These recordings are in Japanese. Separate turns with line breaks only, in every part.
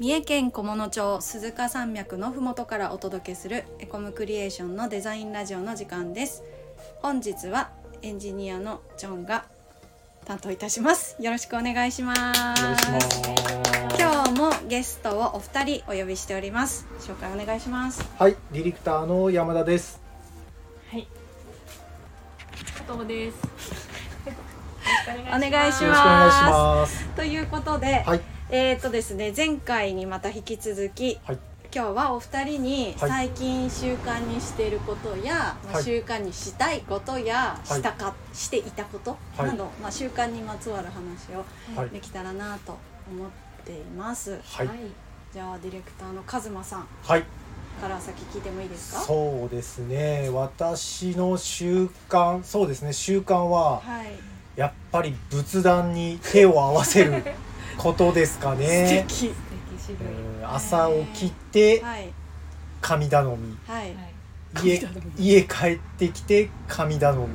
三重県菰野町鈴鹿山脈のふもとからお届けするエコムクリエーションのデザインラジオの時間です本日はエンジニアのジョンが担当いたしますよろしくお願いします
よろしくお願いします
今日もゲストをお二人お呼びしております紹介お願いします
はい、ディレクターの山田です。
はい。加藤です。
お願いしま
よろしくお願いします。
ということで、
はい、
えー、とですね前回にまた引き続き
はい、
今日はお二人に
はい
最近習慣にしていることや、まあ
はい
習慣にしたいことや、
はい
したかしていたこと
はい
など、まあ、習慣にまつわる話を
はい、
できたらなと思っています、
はい、
じゃあディレクターのカズマさん
はい、
から先聞いてもいいですか
そうですね。私の習慣、そうですね。習慣は
はい
やっぱり仏壇に手を合わ せることですかね。
素敵
歴史
うん朝起きて
はい
神頼み、
はい
はい。
家家帰ってきて 神頼み、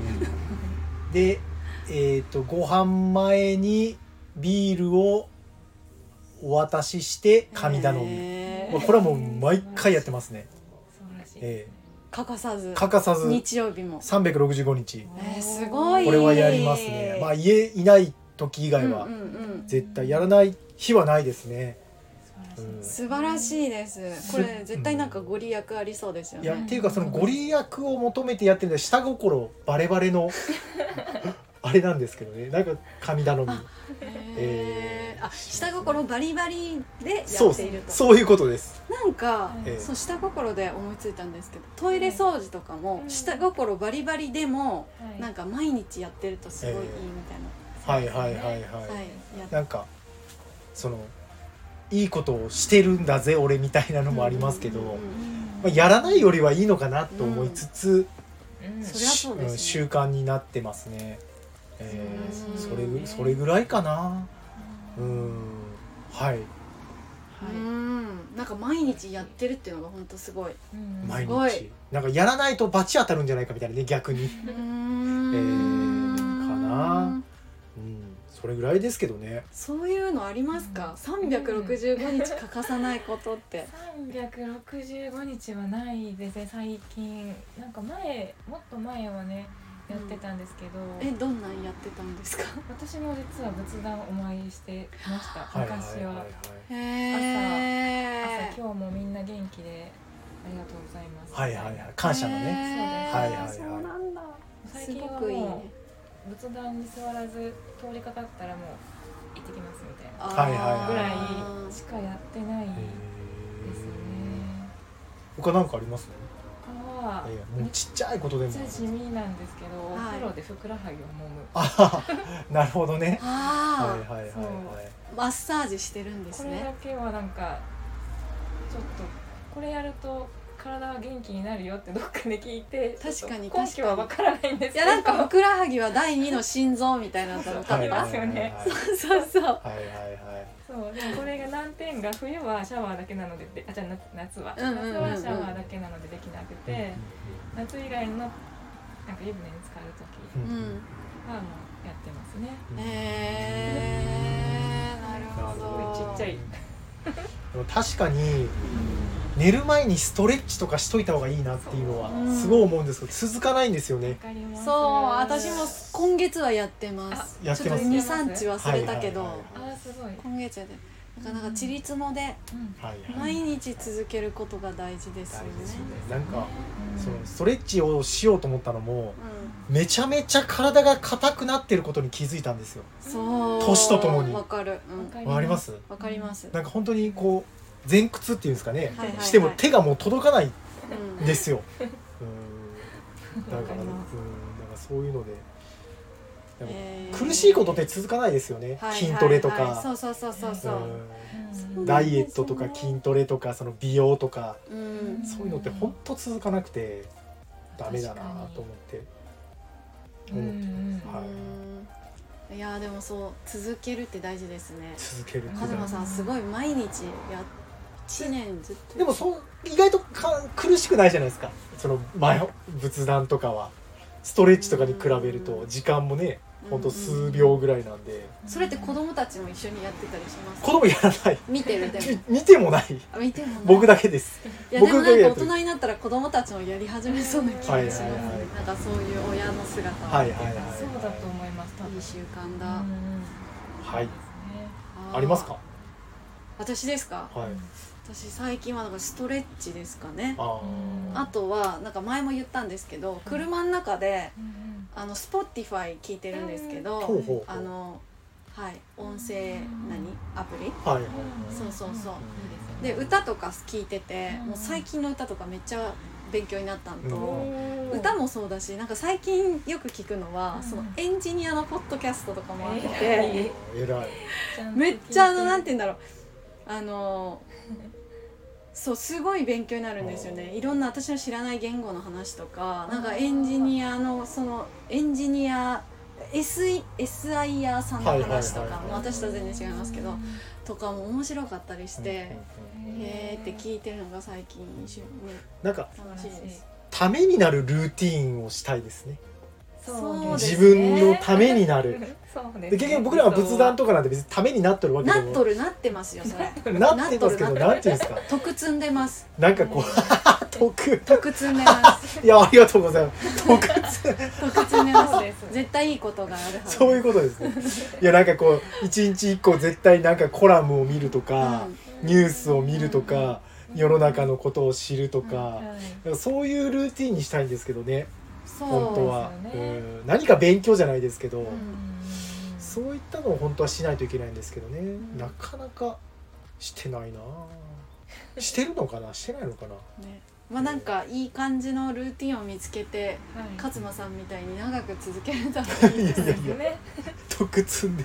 で、えっ、とご飯前にビールをお渡しして神頼み。
え
まあ
ー
これはもう毎回やってますね。
そうらしい。
え
欠かさず
欠かさず
日曜日も
365日
えーすごい
これはやりますね。まあ家いない時以外
う
は
んうんうん
絶対やらない日はないですね。
素晴らし
素晴らしいです。これ絶対なんかご利益ありそうですよ
いや
ね。
っていうかそのご利益を求めてやってるんで下心バレバ レのあれなんですけどね。なんか神頼み。
へ
え
ーあ、下心バリバリでや
そう
っていると。
そういうことです。
なんか、
ええ
そう下心で思いついたんですけど、トイレ掃除とかも
うん
下心バリバリでも
い。はい
なんか毎日やってるとすごいいいみたい
はいはいはい
な。は、
はい
やっ
い。なんかそのいいことをしてるんだぜ俺みたいなのもありますけど、
うんうんうんうん
まあ、やらないよりはいいのかなと思いつつ。
うん
そりゃそうですね
ん習慣になってますね。えー
そ
そうれ
ですね
ぐそれぐらいかな。うん、はい、
う
は
んなんか毎日やってるっていうのが本当すごい。
い。うん
毎
すご
日
い
なんかやらないと罰当たるんじゃないかみたいなね逆に、
うーん
えーかな。うん、それぐらいですけどね。
そういうのありますか365日欠かさないことって
365日はないですね最近なんか前もっと前はねやってたんですけど、
えどんなんやってたんですか
私も実は仏壇をお参りしてました
はいはい
昔
はい
は
はい。
へ
朝
え
今日もみんな元気でありがとうございます
はいはいはい。感謝のね。はいはいはい
そうなんだ
最
す
近
ご
はもう
くいいね
仏壇に座らず通りかかったらもう行ってきますみたいな
はいはい
あー
ぐらいしかやってな
え
い
ー
ですね。
他なんかあります？
他は
えー
め
もう
っち
ちっちゃいことで
ゃ
も。
地味なんですけど、お
はい
風呂でふくらはぎを揉む。
あははなるほどね。はい
あー
はいはいはい。
マッサージしてるんです
これ
ね
だけはなんかちょっとこれやると体は元気になるよってどっかで聞いて、
確かに
ちょっと根拠はわからないんです
い
け
や
ど。
なんかふくらはぎは第二の心臓みたいなのと分か
あ
っ
り
た、
ますよね
はいはいはい
そうそう
はいはいはい。
そうでもこれが難点が冬はシャワーだけなのでであじゃあ夏夏は、
うんうんうんうん
夏はシャワーだけなのでできなくて、夏以外のなんか湯船に浸かる時
うん
うん
はもうやってますね。
うん
へえなるほど
すごいちっちゃい
でも確かに寝る前にストレッチとかしといた方がいいなっていうのは
うん
すごい思うんですけど続かないんですよ
わ
ね。
かります。
そう私も今月はやってます
あやってます
ちょっと23日忘れたけど、
はいはいはい
あーすごい。
今月やでなかなかちりつもで
うん
はいは
毎
い。
日続けることが大事ですよ
大
ね
事ですよね。なんか
うん
そのストレッチをしようと思ったのもめちゃめちゃ体が硬くなってることに気づいたんですよ。
うん、そう
年とともに
わかる、うん、
わかりま。す？
わかります、
なんか本当にこう前屈っていうんですかね。
はいはいはい
しても手がもう届かない
うん
で すよ。うん。だ
わ
か、
からり
うん、なん
ま
かそういうので。なんか
えー
苦しいことって続かないですよね、
はいはいはい
筋トレとか、
そうそうそうそうそううん
うん
ダイエットとか筋トレとかその美容とか
うん
そういうのって本当続かなくてダメだなと思って
うんうん
は
うんいやーでもそう続けるって大事ですね
続けるく
カズ
ら
マ
い
さんすごい毎日や1年ずっと
でもそう意外とか苦しくないじゃないですかその前仏壇とかはストレッチとかに比べると時間もねほんと数秒ぐらいなんで、
それって子供たちも一緒にやってたりします
子供やらない
見てるでも
み見てもない
あ見てもない
僕だけです
いやでも
僕が
な
や
ん
っ
か
て
大
る
人になったら子供たちもやり始めそうな気がします、
はいはいはい
なんかそういう親の姿を
はいはいはい
そうだと思います多分
いい習慣だ、
うんうん
はい
ですね
ー
ありますか
私ですか
はい
私最近はなんかストレッチですかね
あ
うん
あとはなんか前も言ったんですけど車の中で
うんうん
あの Spotify 聞いてるんですけ
あ
ど、
ほうほう
あのはい音声何アプリ
はいはい
そうそうそう
うん
で歌とか聞いてて
うん
もう最近の歌とかめっちゃ勉強になったのと、
うん
歌もそうだしなんか最近よく聞くのは、
うん
そのエンジニアのポッドキャストとかもあって、
え
えらい
めっちゃあのなん
て
て言うんだろうあのそうすごい勉強になるんですよねいろんな私の知らない言語の話とかなんかエンジニアのそのエンジニア SI SIR さんの話とか、
はいはいはいはい
まあ私とは全然違いますけど、とかも面白かったりして、
うんうんうん
へーって聞いてるのが最近一緒にね
なんか
楽しいです。
ためになるルーティンをしたいですね
そうです
自
ね
分のためになる
そうで
で
す
結局僕らは仏壇
と
とかなんて別にためになっとるわけ
な
で
っ
も
とるなってますよそれ。
なってますけ
な
ど
っとる
なんていうんですか
得積んでます。
なんかこう得
得積んで ます。
いやありがとうございます得
得積んでま
そう
す
で。す
絶対いいことがあるはず。
そういうことですねいやなんかこう一日一個絶対なんかコラムを見るとか、
う
ニュースを見るとか、世の中のことを知ると
は
か
い、
なんかそういうルーティンにしたいんですけどね
んそう
本当は、
そうですよね
うん何か勉強じゃないですけど、
ん
そういったのを本当はしないといけないんですけどね、
ん
なかなかしてないなしてるのかなしてないのかな
ね、まあなんかいい感じのルーティンを見つけて
はい
勝間さんみたいに長く続けるため
いやいやいや
ね
得積んで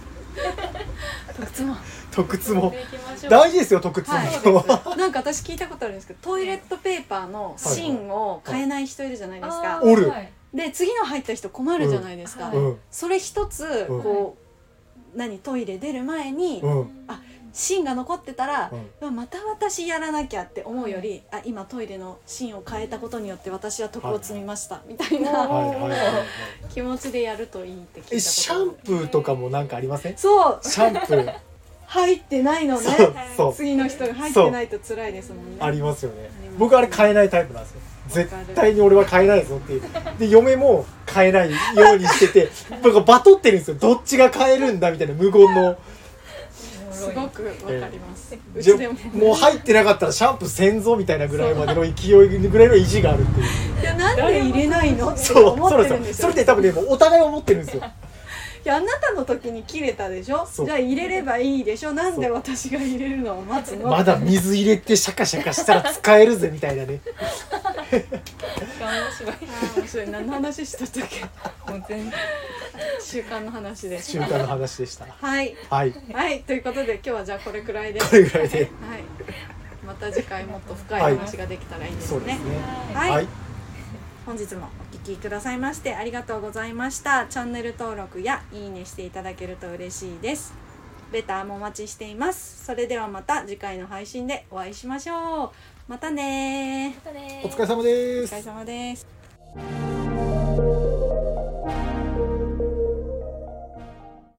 得積も
得積 も
行きましょう
大事ですよ得積
はい
むのは、
なんか私聞いたことあるんですけどトイレットペーパーの芯を変えない人いるじゃないです
あ
か
ー
おる
はい
で次の入った人困るじゃないですか、
は
う
い
ん
それ一つ
うん
こう、何トイレ出る前に
うん
あ芯が残ってたら
う、ん
うわまた私やらなきゃって思うより、あ今トイレの芯を変えたことによって私は徳を積みました、みたい
うん
な
はいはいはいはい
気持ちでやるといいって聞いたことあ
え
る
シャンプーとかもなんかありま せん
そう
シャンプー
入ってないのね
そうそう
次の人が入ってないと辛いですもんね
ありますよね
ります
僕あれ買えないタイプなんですよ絶対に俺は買えないぞっていうで嫁も買えないようにして て僕はバトってるんですよどっちが買えるんだみたいな無言の
すごくわかります、う
じゃ
ちでも
もう入ってなかったらシャンプーせんぞみたいなぐらいまでの勢いぐらいの意地があるっていう
いやなんで入れないのって
そう
思
そ
っ
う
て
な
る
ん
ん
で
ですす
よそ
よ
れって多分ねもうお互い思ってるんですよ
いやあなたの時に切れたでしょ
そう
じゃあ入れればいいでしょなんで私が入れるのを待つの
まだ水入れてシャカシャカしたら使えるぜみたいなね
面白い
あー面白い何の話したっ け
もう全然
習慣の話で
習慣の話でした
はい
はい
はいということで今日はじゃあこれくらいで、
これぐらいで
はい、また次回もっと深い話ができたらいいです
そう
ね、
ですね
はい
はい
本日もお聞きくださいましてありがとうございましたチャンネル登録やいいねしていただけると嬉しいですレターもお待ちしていますそれではまた次回の配信でお会いしましょうまたね
またね
お疲れ様で
お
す
疲れ様です